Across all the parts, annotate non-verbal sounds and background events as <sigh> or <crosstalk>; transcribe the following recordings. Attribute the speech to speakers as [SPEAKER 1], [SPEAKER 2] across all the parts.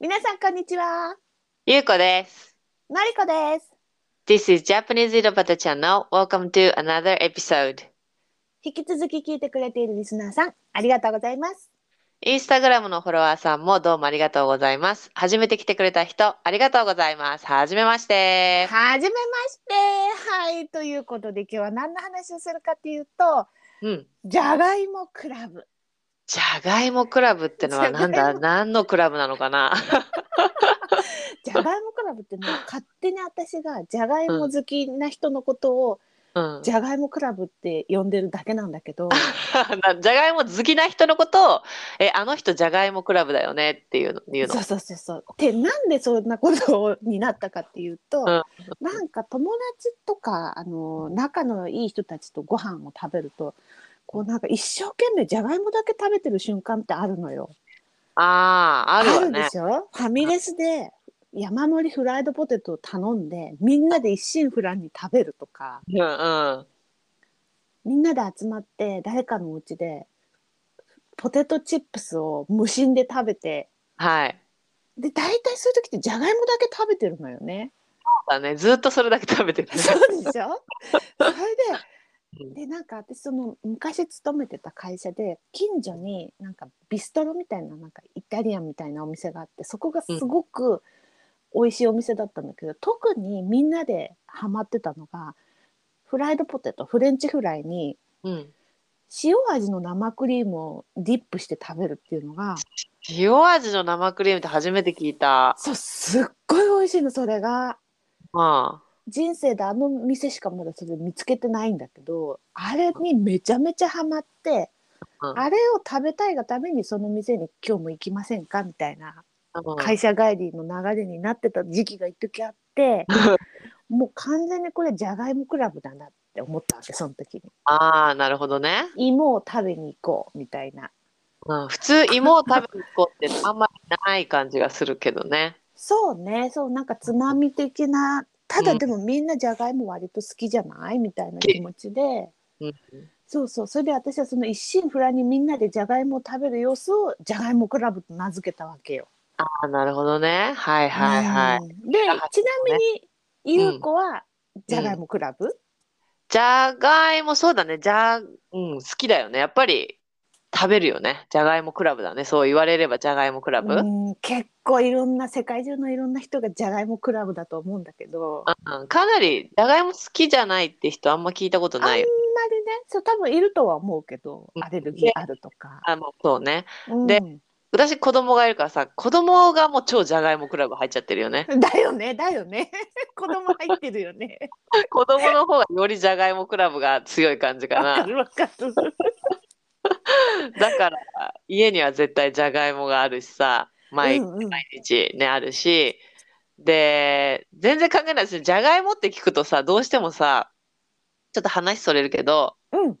[SPEAKER 1] 皆さんこんにちは。
[SPEAKER 2] ゆうこです。
[SPEAKER 1] のりこです。
[SPEAKER 2] This is Japanese Irobata Channel. Welcome to another episode.
[SPEAKER 1] 引き続き聞いてくれているリスナーさん、ありがとうございます。
[SPEAKER 2] インスタグラムのフォロワーさんもどうもありがとうございます。初めて来てくれた人、ありがとうございます。はじめまして。
[SPEAKER 1] はじめまして。はい、ということで今日は何の話をするかというと、
[SPEAKER 2] うん。
[SPEAKER 1] じゃがいもクラブ。
[SPEAKER 2] じゃがいもクラブってのはなん
[SPEAKER 1] じゃが
[SPEAKER 2] だ
[SPEAKER 1] いも
[SPEAKER 2] 何のクラブなの
[SPEAKER 1] <laughs>
[SPEAKER 2] かな
[SPEAKER 1] じゃがいもクラブってもう勝手に私がじゃがいも好きな人のことを、
[SPEAKER 2] うん。 <laughs>
[SPEAKER 1] じゃがいもクラブって呼んでるだけなんだけど、
[SPEAKER 2] なじゃがいも好きな人のことを、え、あの人じゃがいもクラブだよねっていうの。言うの
[SPEAKER 1] そうそうそうそう。でなんでそんなことになったかっていうと、
[SPEAKER 2] ん
[SPEAKER 1] なんか友達とかあの仲のいい人たちとご飯を食べるとこうなんか一生懸命じゃがいもだけ食べてる瞬間ってあるのよ。
[SPEAKER 2] ああ、あるわね
[SPEAKER 1] で。しょファミレスで山盛りフライドポテトを頼んでみんなで一心不乱に食べるとか
[SPEAKER 2] うんうん。
[SPEAKER 1] みんなで集まって誰かのお家でポテトチップスを無心で食べて
[SPEAKER 2] はい。
[SPEAKER 1] で大体そういう時ってじゃがいもだけ食べてるのよね。
[SPEAKER 2] そうだね。ずっとそれだけ食べてるね。
[SPEAKER 1] そうでし
[SPEAKER 2] <laughs>
[SPEAKER 1] ょそれ
[SPEAKER 2] うん
[SPEAKER 1] ででなんか私その昔勤めてた会社で近所になんかビストロみたいななんかイタリアンみたいなお店があってそこがすごく美味しいお店だったんだけど、特にみんなでハマってたのがフライドポテトフレンチフライに
[SPEAKER 2] うん。
[SPEAKER 1] 塩味の生クリームをディップして食べるっていうのが
[SPEAKER 2] 塩味の生クリームって初めて聞いた。
[SPEAKER 1] そうすっごい美味しいのそれが。
[SPEAKER 2] あ
[SPEAKER 1] 人生であの店しかまだそれ見つけてないんだけどあれにめちゃめちゃハマって、
[SPEAKER 2] うん
[SPEAKER 1] あれを食べたいがためにその店に今日も行きませんかみたいな
[SPEAKER 2] あ、うん
[SPEAKER 1] 会社帰りの流れになってた時期が一時あって、もう完全にこれじゃがいもクラブだなって思ったわけその時に
[SPEAKER 2] あーなるほどね、
[SPEAKER 1] 芋を食べに行こうみたいな
[SPEAKER 2] うん、普通芋を食べに行こうってあんまりない感じがするけどね
[SPEAKER 1] そうねそうなんかつまみ的なた
[SPEAKER 2] う
[SPEAKER 1] だ
[SPEAKER 2] ん
[SPEAKER 1] でもみんなじゃがいも割と好きじゃないみたいな気持ちで。
[SPEAKER 2] うん
[SPEAKER 1] そうそうそれで私はその一心不乱にみんなでじゃがいもを食べる様子をじゃがいもクラブと名付けたわけよ。
[SPEAKER 2] あーなるほどねはいはいはい、
[SPEAKER 1] うんでちなみにゆうこはじゃがいもクラブ、
[SPEAKER 2] じゃがいもそうだねじゃ、うん、好きだよねやっぱり食べるよねじゃがいもクラブだねそう言われればじゃがいもクラブ、うん
[SPEAKER 1] うん結構いろんな世界中のいろんな人がじゃがいもクラブだと思うんだけどあん
[SPEAKER 2] かなりじゃがいも好きじゃないって人あんま聞いたこと
[SPEAKER 1] ま
[SPEAKER 2] な
[SPEAKER 1] り
[SPEAKER 2] い
[SPEAKER 1] ね
[SPEAKER 2] よ
[SPEAKER 1] そう多分いるとは思うけど
[SPEAKER 2] うん
[SPEAKER 1] アレルギーあるとか。
[SPEAKER 2] あもうそうね
[SPEAKER 1] うん
[SPEAKER 2] で私子供がいるからさ子供がもう超じゃがいもクラブ入っちゃってるよね
[SPEAKER 1] だよねだよね <laughs> 子供入ってるよね。
[SPEAKER 2] <laughs> 子供の方がよりじゃがいもクラブが強い感じか
[SPEAKER 1] わ
[SPEAKER 2] な
[SPEAKER 1] かるわかる。
[SPEAKER 2] だから家には絶対じゃがいもがあるしさ毎,、
[SPEAKER 1] うんうん
[SPEAKER 2] 毎日ねあるしで全然考えないですねじゃがいもって聞くとさどうしてもさちょっと話それるけど
[SPEAKER 1] うん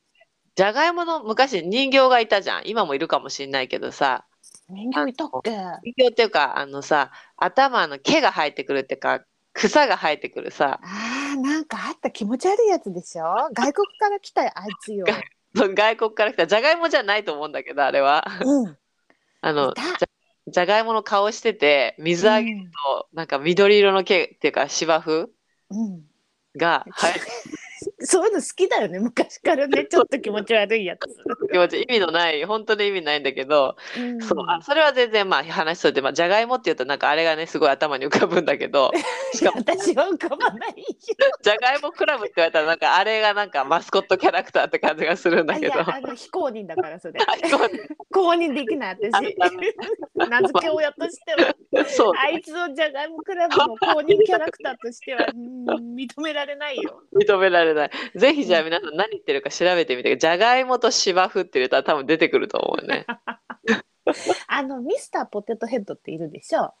[SPEAKER 2] じゃがいもの昔人形がいたじゃん今もいるかもしんないけどさ
[SPEAKER 1] 人形いたっけ
[SPEAKER 2] 人形っていうかあのさ頭の毛が生えてくるっていうか草が生えてくるさ
[SPEAKER 1] あーなんかあった気持ち悪いやつでしょ外国から来たあい
[SPEAKER 2] <laughs>
[SPEAKER 1] つよ。
[SPEAKER 2] 外国から来たじゃがいもじゃないと思うんだけどあれは
[SPEAKER 1] うん。
[SPEAKER 2] あ
[SPEAKER 1] い
[SPEAKER 2] の
[SPEAKER 1] た。
[SPEAKER 2] じゃがいもの顔してて水揚げ
[SPEAKER 1] うん
[SPEAKER 2] となんか緑色の毛っていうか芝生
[SPEAKER 1] うん。
[SPEAKER 2] が生えて
[SPEAKER 1] <laughs> そういうの好きだよね昔から
[SPEAKER 2] <laughs>
[SPEAKER 1] ねちょっと気持ち悪いやつ。
[SPEAKER 2] る気持ち意味のない本当に意味ないんだけど、
[SPEAKER 1] うん
[SPEAKER 2] そうあそれは全然まあ話しといて、まあ、じゃがいもっていうとなんかあれがねすごい頭に浮かぶんだ
[SPEAKER 1] <laughs>
[SPEAKER 2] けどしかも
[SPEAKER 1] 私は浮かばない
[SPEAKER 2] じゃがいもクラブって言われたらなんかあれがなんかマスコットキャラクターって感じがするんだ
[SPEAKER 1] よ。い
[SPEAKER 2] けど
[SPEAKER 1] やあの非公認だからそれ
[SPEAKER 2] そ
[SPEAKER 1] 公認できない
[SPEAKER 2] あ
[SPEAKER 1] 私 <laughs>
[SPEAKER 2] ダ
[SPEAKER 1] 名付け親としては
[SPEAKER 2] <laughs> う
[SPEAKER 1] あいつをじゃがいもクラブの公認キャラクターとしては <laughs> うん認められないよ。
[SPEAKER 2] 認められないぜひじゃあ皆さん何言ってるか調べてみてじゃがいもと芝生って入れたら多分出てくると思
[SPEAKER 1] <laughs>
[SPEAKER 2] うね
[SPEAKER 1] あのミスターポテトヘッドっているでしょ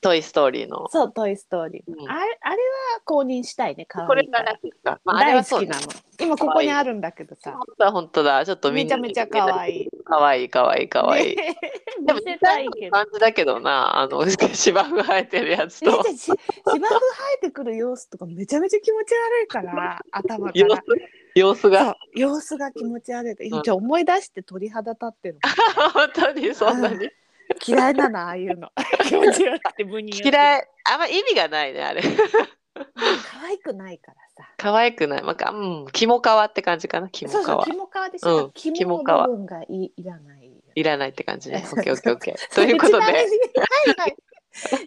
[SPEAKER 2] トイ・ストーリーの、
[SPEAKER 1] そう「トイ・ストーリー」
[SPEAKER 2] うん
[SPEAKER 1] あれあれは公認したいね、可愛い
[SPEAKER 2] これ
[SPEAKER 1] か
[SPEAKER 2] が
[SPEAKER 1] ら
[SPEAKER 2] ねまあ、あれは
[SPEAKER 1] 大
[SPEAKER 2] そ
[SPEAKER 1] 好
[SPEAKER 2] う
[SPEAKER 1] き
[SPEAKER 2] ね
[SPEAKER 1] なの。今ここにあるんだけどさ
[SPEAKER 2] 本、当だ本当だちょっと
[SPEAKER 1] め
[SPEAKER 2] みん
[SPEAKER 1] ちゃ
[SPEAKER 2] な
[SPEAKER 1] めちゃ可愛い。
[SPEAKER 2] 可愛い可愛い可愛い。
[SPEAKER 1] ね
[SPEAKER 2] でも
[SPEAKER 1] 見せ
[SPEAKER 2] 似
[SPEAKER 1] た
[SPEAKER 2] た
[SPEAKER 1] い
[SPEAKER 2] よう
[SPEAKER 1] け
[SPEAKER 2] な
[SPEAKER 1] ど。
[SPEAKER 2] 感じだけど
[SPEAKER 1] <laughs>
[SPEAKER 2] な、あの芝生生えてるやつ
[SPEAKER 1] めっ
[SPEAKER 2] と
[SPEAKER 1] ち。ゃし芝生生えてくる様子とかめちゃめちゃ気持ち悪いから頭か
[SPEAKER 2] 様
[SPEAKER 1] ら
[SPEAKER 2] 子様子
[SPEAKER 1] そ <laughs>
[SPEAKER 2] が
[SPEAKER 1] う様子が気持ち悪い、
[SPEAKER 2] うん
[SPEAKER 1] じゃ思い出して鳥肌立ってるもん
[SPEAKER 2] 本当にそんなに
[SPEAKER 1] 嫌いなのああ
[SPEAKER 2] <laughs>
[SPEAKER 1] いうの気持ち悪くて分に
[SPEAKER 2] 嫌
[SPEAKER 1] い
[SPEAKER 2] い。あんま意味がないね、あれ。
[SPEAKER 1] 可愛くないからさ
[SPEAKER 2] 可愛くない。まあか、うん、肝皮って感じかな、肝皮
[SPEAKER 1] そう。そう肝皮でし
[SPEAKER 2] う
[SPEAKER 1] ょ
[SPEAKER 2] ん
[SPEAKER 1] 肝の部分がいいらないよ
[SPEAKER 2] いらないって感じね。オッケーオッケーオッケー。
[SPEAKER 1] そ
[SPEAKER 2] と
[SPEAKER 1] れ
[SPEAKER 2] いうこと
[SPEAKER 1] ちなみ
[SPEAKER 2] で、
[SPEAKER 1] に <laughs> はいはい。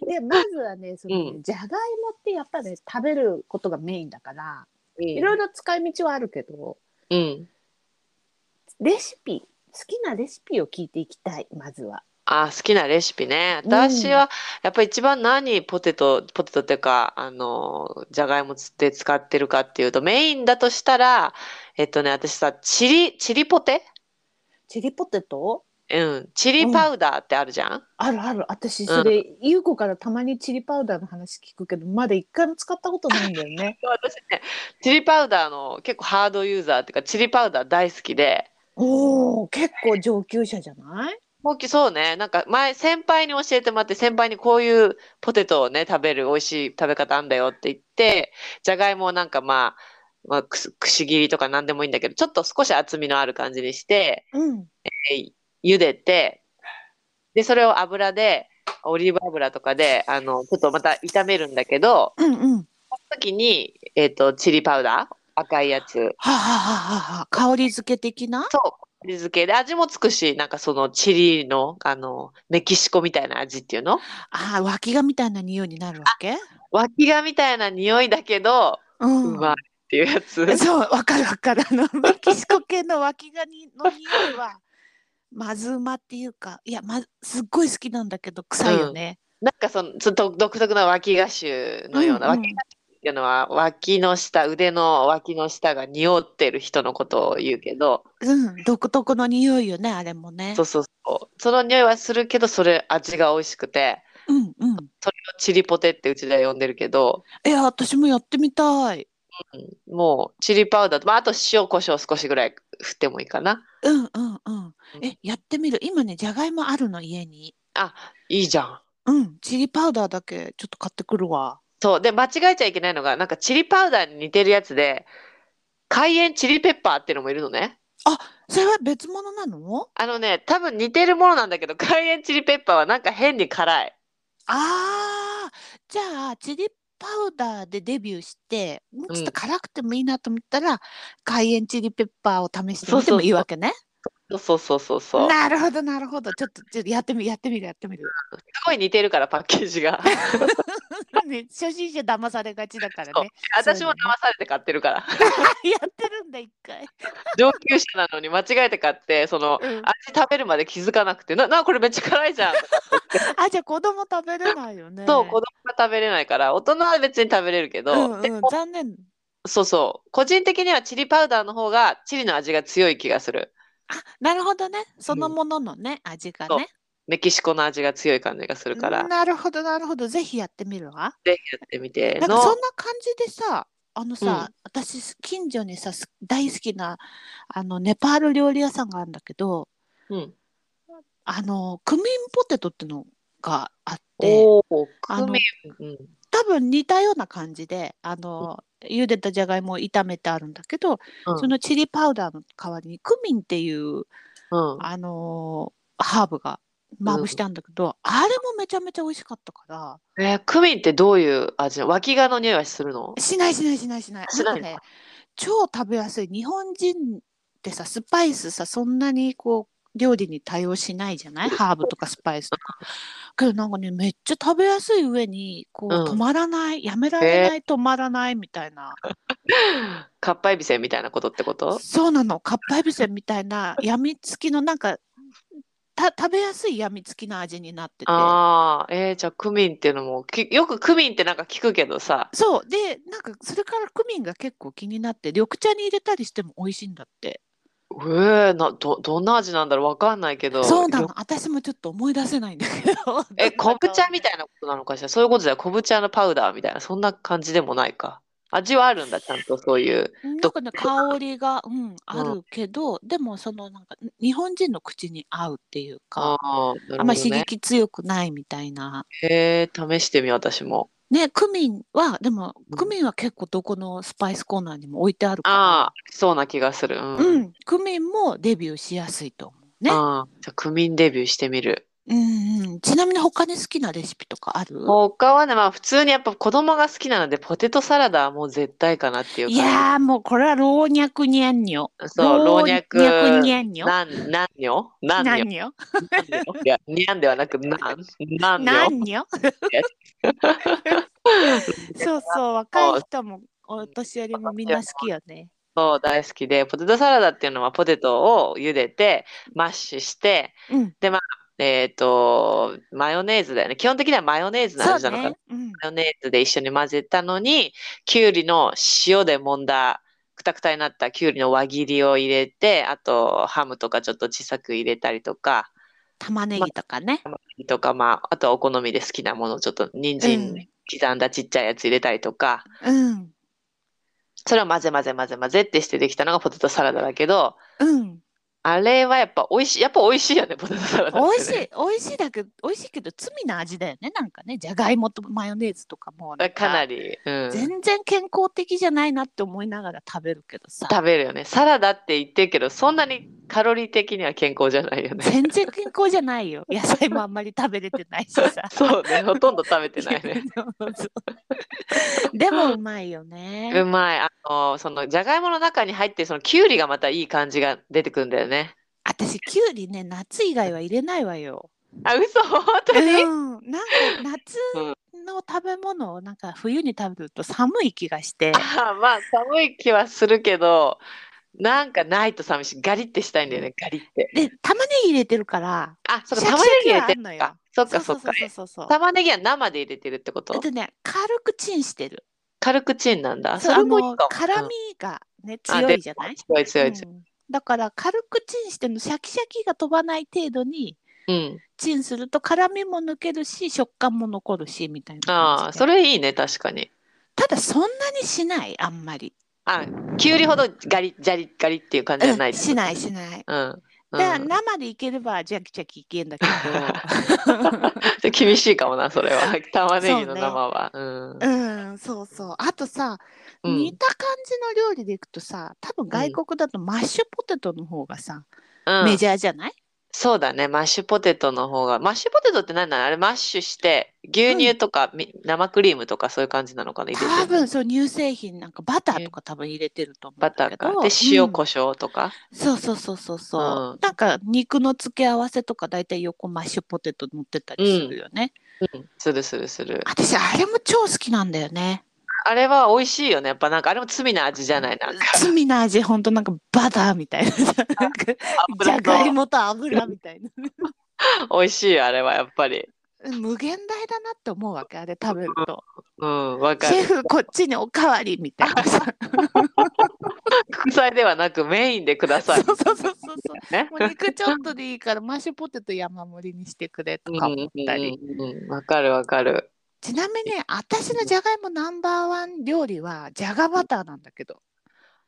[SPEAKER 1] でまずはねそのね
[SPEAKER 2] う
[SPEAKER 1] じゃがいもってやっぱね食べることがメインだからい
[SPEAKER 2] い
[SPEAKER 1] ろい
[SPEAKER 2] ろ。
[SPEAKER 1] ろ使い道はあるけど
[SPEAKER 2] うん。
[SPEAKER 1] レシピ好きなレシピを聞いていきたいまずは。
[SPEAKER 2] あ、好きなレシピね。
[SPEAKER 1] うん
[SPEAKER 2] 私は、やっぱり一番何ポテト、ポテトっていうか、あの、じゃがいもつって使ってるかっていうと、メインだとしたら、えっとね、私さ、チリ、チリポテ
[SPEAKER 1] チリポテト
[SPEAKER 2] うん。チリパウダーってあるじゃん。
[SPEAKER 1] あるある私それ、ゆうこからたまにチリパウダーの話聞くけどまだ一回も使ったことないんだよね
[SPEAKER 2] 私ね、チリパウダーの結構ハードユーザーっていうか、チリパウダー大好きで、
[SPEAKER 1] おお結構上級者じゃない
[SPEAKER 2] もうきそうね。なんか前、先輩に教えてもらって、先輩にこういうポテトをね、食べる美味しい食べ方あんだよって言って、じゃがいもをなんかまあ、まあ、くす、くし切りとかなんでもいいんだけど、ちょっと少し厚みのある感じにして、
[SPEAKER 1] うん
[SPEAKER 2] 茹でて、で、それを油で、オリーブ油とかで、あの、ちょっとまた炒めるんだけど、
[SPEAKER 1] うんうん。
[SPEAKER 2] その時に、えっと、チリパウダー、赤いやつ、
[SPEAKER 1] はあ、はあはあはあ、香り付け的な
[SPEAKER 2] そう、味付けで味もつくし、なんかそのチリの、あの、メキシコみたいな味っていうの
[SPEAKER 1] ああ脇がみたいな匂いになるわけ
[SPEAKER 2] 脇がみたいな匂いだけど、う
[SPEAKER 1] うん
[SPEAKER 2] まいっていうやつ。
[SPEAKER 1] そう、わかるわかる。あの、メキシコ系の脇がにの匂いは、まずうまっていうか、いや、ま、すっごい好きなんだけど、臭いよね。
[SPEAKER 2] なんかその、ちょっと独特な脇が臭のような、
[SPEAKER 1] ん
[SPEAKER 2] 脇っていうのは脇の下、腕の脇の下が匂ってる人のことを言うけど、
[SPEAKER 1] うん、うん独特の匂いよね、あれもね
[SPEAKER 2] そう。そうそう。その匂いはするけど、それ味が美味しくて、
[SPEAKER 1] うんうん。
[SPEAKER 2] チリポテってうちでは呼んでるけど、
[SPEAKER 1] いや、私もやってみたい。
[SPEAKER 2] うんもうチリパウダーと、まあ、あと塩コショウ少しぐらい振ってもいいかな。
[SPEAKER 1] うんうんうん。え、やってみる。今ね、じゃがいもあるの、家に。
[SPEAKER 2] いいじゃん。
[SPEAKER 1] うん、チリパウダーだけちょっと買ってくるわ。
[SPEAKER 2] そう。で、間違えちゃいけないのが、なんかチリパウダーに似てるやつで、海塩チリペッパーっていうのもいるのね。
[SPEAKER 1] それは別物なの
[SPEAKER 2] あのね、多分似てるものなんだけど、海塩チリペッパーはなんか変に辛い。
[SPEAKER 1] ああ、じゃあチリパウダーでデビューして、もうちょっ
[SPEAKER 2] うん
[SPEAKER 1] と辛くてもいいなと思ったら、海塩チリペッパーを試して
[SPEAKER 2] そう
[SPEAKER 1] みて
[SPEAKER 2] そう
[SPEAKER 1] もいいわけね。
[SPEAKER 2] そうそうそうそうそう。す
[SPEAKER 1] なるほど、なるほど。ちょっと、ちょっとやってみる、やってみる、やってみ
[SPEAKER 2] <laughs>
[SPEAKER 1] る。
[SPEAKER 2] ごい似てるから、パッケー
[SPEAKER 1] <laughs>
[SPEAKER 2] ジが。
[SPEAKER 1] ね、初心者騙されがちだからね。
[SPEAKER 2] 私
[SPEAKER 1] そう
[SPEAKER 2] も騙されて買ってるから。
[SPEAKER 1] <laughs> やってるんだ、一回。
[SPEAKER 2] 上級者なのに間違えて買って、その、
[SPEAKER 1] うん
[SPEAKER 2] 味食べるまで気づかなくて、な、な、これめっちゃ辛いじゃん。
[SPEAKER 1] あ、じゃあ子供食べれないよね。
[SPEAKER 2] そう、子供が食べれないから、大人は別に食べれるけど、
[SPEAKER 1] うん
[SPEAKER 2] で
[SPEAKER 1] うん
[SPEAKER 2] も、
[SPEAKER 1] 残念。
[SPEAKER 2] そうそう。個人的にはチリパウダーの方が、チリの味が強い気がする。
[SPEAKER 1] あ、なるほどね。その
[SPEAKER 2] うん
[SPEAKER 1] もののね、味が
[SPEAKER 2] そう
[SPEAKER 1] ね。
[SPEAKER 2] メキシコの味が強い感じがするから、
[SPEAKER 1] なるほど、なるほど。ぜひやってみるわ。
[SPEAKER 2] ぜひやってみて
[SPEAKER 1] なん
[SPEAKER 2] の。
[SPEAKER 1] かそんな感じでさあのさ、私す近所にさす大好きなあのネパール料理屋さんがあるんだけど
[SPEAKER 2] うん、
[SPEAKER 1] あのクミンポテトってのがあって
[SPEAKER 2] おお、
[SPEAKER 1] あの
[SPEAKER 2] クミン、うん、
[SPEAKER 1] 多分似たような感じであの茹でたじゃがいもを炒めてあるんだけど、
[SPEAKER 2] うん
[SPEAKER 1] そのチリパウダーの代わりにクミンっていう
[SPEAKER 2] うん、
[SPEAKER 1] あのハーブがまぶしてあるんだけど、あれもめちゃめちゃ美味しかったから。
[SPEAKER 2] えークミンってどういう味なの脇がの匂いはするの
[SPEAKER 1] しないしないしないしない。
[SPEAKER 2] し
[SPEAKER 1] な
[SPEAKER 2] なんい
[SPEAKER 1] かね、超食べやすい。日本人ってさ、スパイスさ、そんなにこう、料理に対応しないじゃないハーブとかスパイスとか。けどなんかね、めっちゃ食べやすい上に、こう、
[SPEAKER 2] うん
[SPEAKER 1] 止まらない、やめられない、止まらないみたいな。
[SPEAKER 2] かっぱえびせんみたいなことってこと
[SPEAKER 1] そうなの。カッパエビせんみたいな、やみつきのなんか、た食べやすいやみつきの味になってて。
[SPEAKER 2] ああ、えー、じゃあクミンっていうのもき、よくクミンってなんか聞くけどさ、
[SPEAKER 1] そう。で、なんか、それからクミンが結構気になって、緑茶に入れたりしても美味しいんだって。
[SPEAKER 2] えー、な、ど、どんな味なんだろうわかんないけど、
[SPEAKER 1] そうな
[SPEAKER 2] よ
[SPEAKER 1] の。私もちょっと思い出せないんだけど。
[SPEAKER 2] え、昆布茶み
[SPEAKER 1] い。
[SPEAKER 2] たいなことなのかしらそういうことだよ。昆布茶のパウダーみたいな、そんな感じでもないか。味はあるんだ、ちゃんとそういう。
[SPEAKER 1] なんかね、香りが、うん、あるけど、でもそのなんか日本人の口に合うっていうか、
[SPEAKER 2] ああ、なる
[SPEAKER 1] あんまり
[SPEAKER 2] ほど
[SPEAKER 1] 刺
[SPEAKER 2] ね。
[SPEAKER 1] 激強くないみたいな。
[SPEAKER 2] えー、試してみよう、私も。
[SPEAKER 1] ね、クミンは、でも
[SPEAKER 2] うん
[SPEAKER 1] クミンは結構どこのスパイスコーナーにも置いてある
[SPEAKER 2] ああ
[SPEAKER 1] か、
[SPEAKER 2] そうな気がする。う
[SPEAKER 1] ら、
[SPEAKER 2] ん。
[SPEAKER 1] うん、クミンもデビューしやすいと思うね。
[SPEAKER 2] ああ、じゃあ、クミンデビューしてみる。
[SPEAKER 1] うんうん。ちなみに他に好きなレシピとかある
[SPEAKER 2] 他はね、まあ普通にやっぱ子供が好きなので、ポテトサラダはもう絶対かなっていう
[SPEAKER 1] い
[SPEAKER 2] 感じ
[SPEAKER 1] やーもうこれは老若にゃんにょ。
[SPEAKER 2] そう、老若、
[SPEAKER 1] にゃんにょ。
[SPEAKER 2] なん、なんよ、なん
[SPEAKER 1] な
[SPEAKER 2] よ、
[SPEAKER 1] んにょ。
[SPEAKER 2] なんよ。いや、にゃんではなく、なん、なんよ。
[SPEAKER 1] なん
[SPEAKER 2] <laughs>
[SPEAKER 1] にょ。そうそう、若い人もお年寄りもみんな好きよね。
[SPEAKER 2] そう、大好きで、ポテトサラダっていうのはポテトを茹でて、マッシュして、
[SPEAKER 1] うん。
[SPEAKER 2] えっと、マヨネーズだよね。基本的にはマヨネーズの
[SPEAKER 1] そう
[SPEAKER 2] 味なのかな。
[SPEAKER 1] ね。うん。
[SPEAKER 2] マヨネーズで一緒に混ぜたのに、きゅうりの塩で揉んだ、くたくたになったきゅうりの輪切りを入れて、あとハムとかちょっと小さく入れたりとか、
[SPEAKER 1] 玉ねぎとかね。
[SPEAKER 2] とか、まあ、あとはお好みで好きなものをちょっと人
[SPEAKER 1] う
[SPEAKER 2] 参
[SPEAKER 1] ん
[SPEAKER 2] 刻んだちっちゃいやつ入れたりとか、
[SPEAKER 1] うん。
[SPEAKER 2] それを混ぜ混ぜ混ぜ混ぜってしてできたのがポテトサラダだけど、
[SPEAKER 1] うん。
[SPEAKER 2] あれはやっぱ美味しい、やっぱ美味しいよね、ポテトサラダっ
[SPEAKER 1] 美
[SPEAKER 2] て
[SPEAKER 1] 味しい、
[SPEAKER 2] ね。
[SPEAKER 1] 美味しいだけど、美味しいけど、罪な味だよね。なんかね、じゃがいもとマヨネーズとかもなん
[SPEAKER 2] かなり、うん、
[SPEAKER 1] 全然健康的じゃないなって思いながら食べるけどさ。
[SPEAKER 2] 食べるよね。サラダって言ってるけど、そんなにカロリー的には健康じゃないよね。。
[SPEAKER 1] 全然健康じゃないよ。野菜もあんまり食べれてないしさ
[SPEAKER 2] そうね、ほとんど食べてな
[SPEAKER 1] <laughs>
[SPEAKER 2] いね。
[SPEAKER 1] でもうまいよね。
[SPEAKER 2] <laughs> うまい。あの、その、じゃがいもの中に入ってる、その、きゅうりがまたいい感じが出てくるんだよね。
[SPEAKER 1] 私きゅうりね夏以外は入れないわよ。
[SPEAKER 2] あ、嘘本当
[SPEAKER 1] う
[SPEAKER 2] に
[SPEAKER 1] ん、なんか夏の食べ物をなんか冬に食べると寒い気がして。
[SPEAKER 2] あまあ、寒い気はするけど、なんかないと寂しい。ガリってしたいんだよね、ガリって。
[SPEAKER 1] で玉ねぎ入れてるから。
[SPEAKER 2] あ、そっか、
[SPEAKER 1] シャキ
[SPEAKER 2] 玉ねぎ入
[SPEAKER 1] シ
[SPEAKER 2] れて
[SPEAKER 1] ャキは
[SPEAKER 2] る
[SPEAKER 1] あんのよ
[SPEAKER 2] か。そっ
[SPEAKER 1] そ
[SPEAKER 2] か、
[SPEAKER 1] うそ
[SPEAKER 2] そうっ
[SPEAKER 1] そ
[SPEAKER 2] か
[SPEAKER 1] う。そうそうそう。
[SPEAKER 2] 玉ねぎは生で入れてるってこ
[SPEAKER 1] えっ
[SPEAKER 2] と
[SPEAKER 1] とね軽くチンしてる。
[SPEAKER 2] 軽くチンなんだ。
[SPEAKER 1] そう
[SPEAKER 2] そ
[SPEAKER 1] あ
[SPEAKER 2] れもいい
[SPEAKER 1] の
[SPEAKER 2] かも。
[SPEAKER 1] 辛みがね強いじゃない。
[SPEAKER 2] うん強い強い強
[SPEAKER 1] う
[SPEAKER 2] い。
[SPEAKER 1] んだから軽くチンしてのシャキシャキが飛ばない程度に
[SPEAKER 2] うん。
[SPEAKER 1] チンすると辛みも抜けるし食感も残るしみたいな
[SPEAKER 2] あ
[SPEAKER 1] 感
[SPEAKER 2] あ、
[SPEAKER 1] じで
[SPEAKER 2] それいいね、確かに。
[SPEAKER 1] ただそんなにしないあんまり、
[SPEAKER 2] あ、きゅうりほどガリ、ジャリガリっていう感じじゃな
[SPEAKER 1] う
[SPEAKER 2] い
[SPEAKER 1] ん。しないしない
[SPEAKER 2] うん。
[SPEAKER 1] だから
[SPEAKER 2] うん
[SPEAKER 1] 生でいければジャキジャキいけんだけ
[SPEAKER 2] <laughs> 厳しいかもな、それは。玉ねぎ
[SPEAKER 1] そう
[SPEAKER 2] の
[SPEAKER 1] ね
[SPEAKER 2] 生は。うん
[SPEAKER 1] どうんそうそうあとさ、
[SPEAKER 2] うん
[SPEAKER 1] 似た感じの料理でいくとさ多分外国だとマッシュポテトの方がさ、
[SPEAKER 2] う
[SPEAKER 1] メ
[SPEAKER 2] ん。
[SPEAKER 1] ジャーじゃない
[SPEAKER 2] そうだね、マッシュポテトの方が。マッシュポテトって何なのあれ、マッシュして、牛乳とか、み生クリームとかそういう感じなのかな入れて
[SPEAKER 1] 多
[SPEAKER 2] るの
[SPEAKER 1] 分そう乳製品なんかバターとか多分入れてると思うんだ
[SPEAKER 2] バ
[SPEAKER 1] け
[SPEAKER 2] タ
[SPEAKER 1] ど
[SPEAKER 2] ーか。で、塩、
[SPEAKER 1] こ
[SPEAKER 2] 胡椒とか。
[SPEAKER 1] そうそうそうそうそう、
[SPEAKER 2] うん
[SPEAKER 1] なんか肉の付け合わせとか大体横マッシュポテト乗ってたりするよね、
[SPEAKER 2] うんするするする。
[SPEAKER 1] 私あれも超好きなんだよね
[SPEAKER 2] あれは美味しいよね。やっぱなんか、あれも罪な味じゃないなんか、
[SPEAKER 1] 罪な味ほんとなんかバターみ
[SPEAKER 2] <laughs>
[SPEAKER 1] たいななんかじゃ
[SPEAKER 2] 油と
[SPEAKER 1] がいもと油みたいな
[SPEAKER 2] 美味しいよ、あれはやっぱり。
[SPEAKER 1] 無限大だなって思うわけあれ食べると
[SPEAKER 2] うん、わか
[SPEAKER 1] シェ
[SPEAKER 2] る。
[SPEAKER 1] フこっちにおかわりみたいなさ
[SPEAKER 2] 副菜ではなくメインでくだ
[SPEAKER 1] そ
[SPEAKER 2] さ
[SPEAKER 1] う
[SPEAKER 2] い。
[SPEAKER 1] そうそうそうそう
[SPEAKER 2] ね
[SPEAKER 1] もう肉ちょっとでいいからマッシュポテト山盛りにしてくれと
[SPEAKER 2] うん
[SPEAKER 1] か思ったり、
[SPEAKER 2] うんうんうんわかるわかる。
[SPEAKER 1] ちなみに私のじゃがいもナンバーワン料理はじゃがバターなんだけど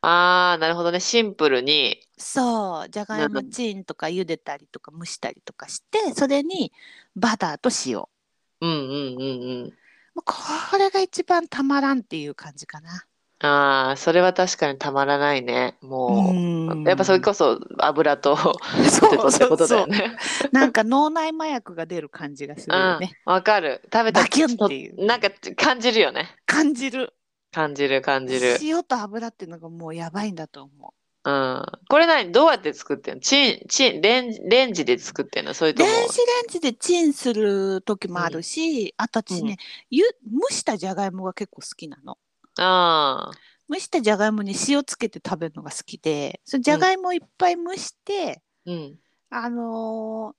[SPEAKER 2] ああ、なるほどね。シンプルに。
[SPEAKER 1] そうじゃがいもチンとか茹でたりとか蒸したりとかしてそれにバターと塩も
[SPEAKER 2] うんうんうん
[SPEAKER 1] うこれが一番たまらんっていう感じかな
[SPEAKER 2] うん。ああ、それは確かにたまらないね。もう。
[SPEAKER 1] ん
[SPEAKER 2] やっぱそれこそ油とポテ
[SPEAKER 1] そ
[SPEAKER 2] ト
[SPEAKER 1] う
[SPEAKER 2] って
[SPEAKER 1] そ
[SPEAKER 2] こ
[SPEAKER 1] う
[SPEAKER 2] とだ
[SPEAKER 1] そ
[SPEAKER 2] よ
[SPEAKER 1] う
[SPEAKER 2] ね。
[SPEAKER 1] なんか脳内麻薬が出る感じがするよね
[SPEAKER 2] うん、わかる。食べた
[SPEAKER 1] バキュンっていう
[SPEAKER 2] なんか感じるよね。
[SPEAKER 1] 感じる
[SPEAKER 2] 感じる感じる。
[SPEAKER 1] 塩と油っていうのがもうやばいんだと思
[SPEAKER 2] うん。これ何どうやって作ってんのチン、チン、レン、レンジで作ってんのそれ
[SPEAKER 1] う
[SPEAKER 2] と
[SPEAKER 1] 電
[SPEAKER 2] も。
[SPEAKER 1] 子レンジでチンする時もあるし、あと私ね、ゆ蒸したじゃがいもが結構好きなの
[SPEAKER 2] ああ。
[SPEAKER 1] 蒸したじゃがいもに塩つけて食べるのが好きでそのじゃがいもいっぱい蒸して、
[SPEAKER 2] うん。
[SPEAKER 1] あの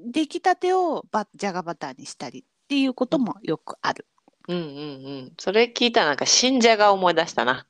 [SPEAKER 1] ー出来たてをバじゃがバターにしたりっていうこともよくある。
[SPEAKER 2] うんうんうん。それ聞いたらなんか新じゃが思い出したな。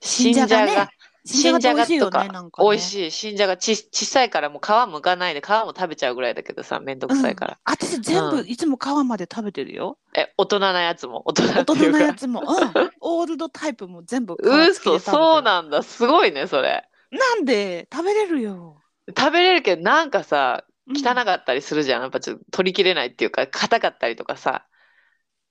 [SPEAKER 1] 新じゃがね
[SPEAKER 2] 新じゃが
[SPEAKER 1] 新じゃがって美味しいよね
[SPEAKER 2] とか
[SPEAKER 1] なんかね
[SPEAKER 2] 美味しい。新じゃがち小さいからもう皮むかないで皮も食べちゃうぐらいだけどさ、めんどくさいから。
[SPEAKER 1] うん私全部、
[SPEAKER 2] うん
[SPEAKER 1] いつも皮まで食べてるよ。
[SPEAKER 2] え、大人なやつも。大人
[SPEAKER 1] 大
[SPEAKER 2] って
[SPEAKER 1] 人
[SPEAKER 2] いう
[SPEAKER 1] の
[SPEAKER 2] か。
[SPEAKER 1] やつも、うん、オールドタイプも全部皮付きで食べてる
[SPEAKER 2] 嘘、そうなんだ。すごいね、それ。
[SPEAKER 1] なんで食べれるよ。
[SPEAKER 2] 食べれるけどなんかさ、
[SPEAKER 1] うん
[SPEAKER 2] 汚かったりするじゃん。やっぱちょっと取りきれないっていうか、硬かったりとかさ。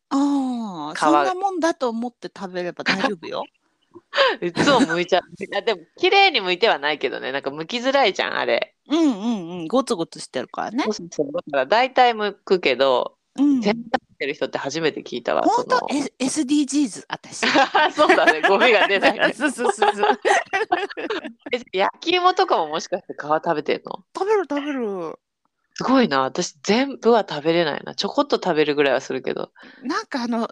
[SPEAKER 1] ああ、
[SPEAKER 2] 皮
[SPEAKER 1] そんなもんだと思って食べれば大丈夫よ。
[SPEAKER 2] <laughs> いつも剥いちゃう。いやでも、綺麗に剥いてはないけどね。なんか剥きづらいじゃん、あれ。
[SPEAKER 1] うんうんうん。ゴツゴツしてるからね。
[SPEAKER 2] そうそうだから大体向くけど、
[SPEAKER 1] うん。
[SPEAKER 2] 全体向ってる人って初めて聞いたわ。
[SPEAKER 1] 本当
[SPEAKER 2] その
[SPEAKER 1] S- SDGs 私。。
[SPEAKER 2] <laughs> そうだね、ゴミが出ない、ね
[SPEAKER 1] <laughs> そうそうそうそう。
[SPEAKER 2] <laughs> え焼き芋とかももしかして皮食べてんの
[SPEAKER 1] 食べる食べる。
[SPEAKER 2] すごいな。私全部は食べれないな。ちょこっと食べるぐらいはするけど。
[SPEAKER 1] なんかあの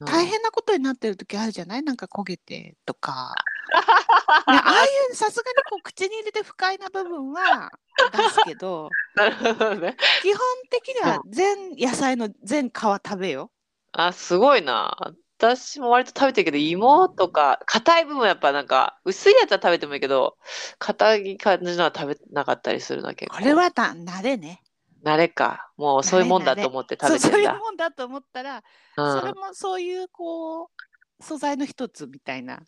[SPEAKER 2] うん
[SPEAKER 1] 大変なことになってる時あるじゃないなんか焦げてと
[SPEAKER 2] <laughs>
[SPEAKER 1] か。ねああいうさすがにこう口に入れて不快な部分は出すけど
[SPEAKER 2] なるほどね。
[SPEAKER 1] 基本的には全野菜の全皮食べよ。
[SPEAKER 2] あ、すごいな。私も割と食べてるけど、芋とか、硬い部分やっぱなんか、薄いやつは食べてもいいけど、硬い感じのは食べなかったりするな、結構。
[SPEAKER 1] これはた慣れね。
[SPEAKER 2] 慣れか。もうそういうもんだと思って食
[SPEAKER 1] そ
[SPEAKER 2] べ
[SPEAKER 1] う
[SPEAKER 2] て
[SPEAKER 1] そうんい
[SPEAKER 2] だ。
[SPEAKER 1] うもんだと思ったら、
[SPEAKER 2] うん
[SPEAKER 1] それもそういうこう素材の一つみたいな。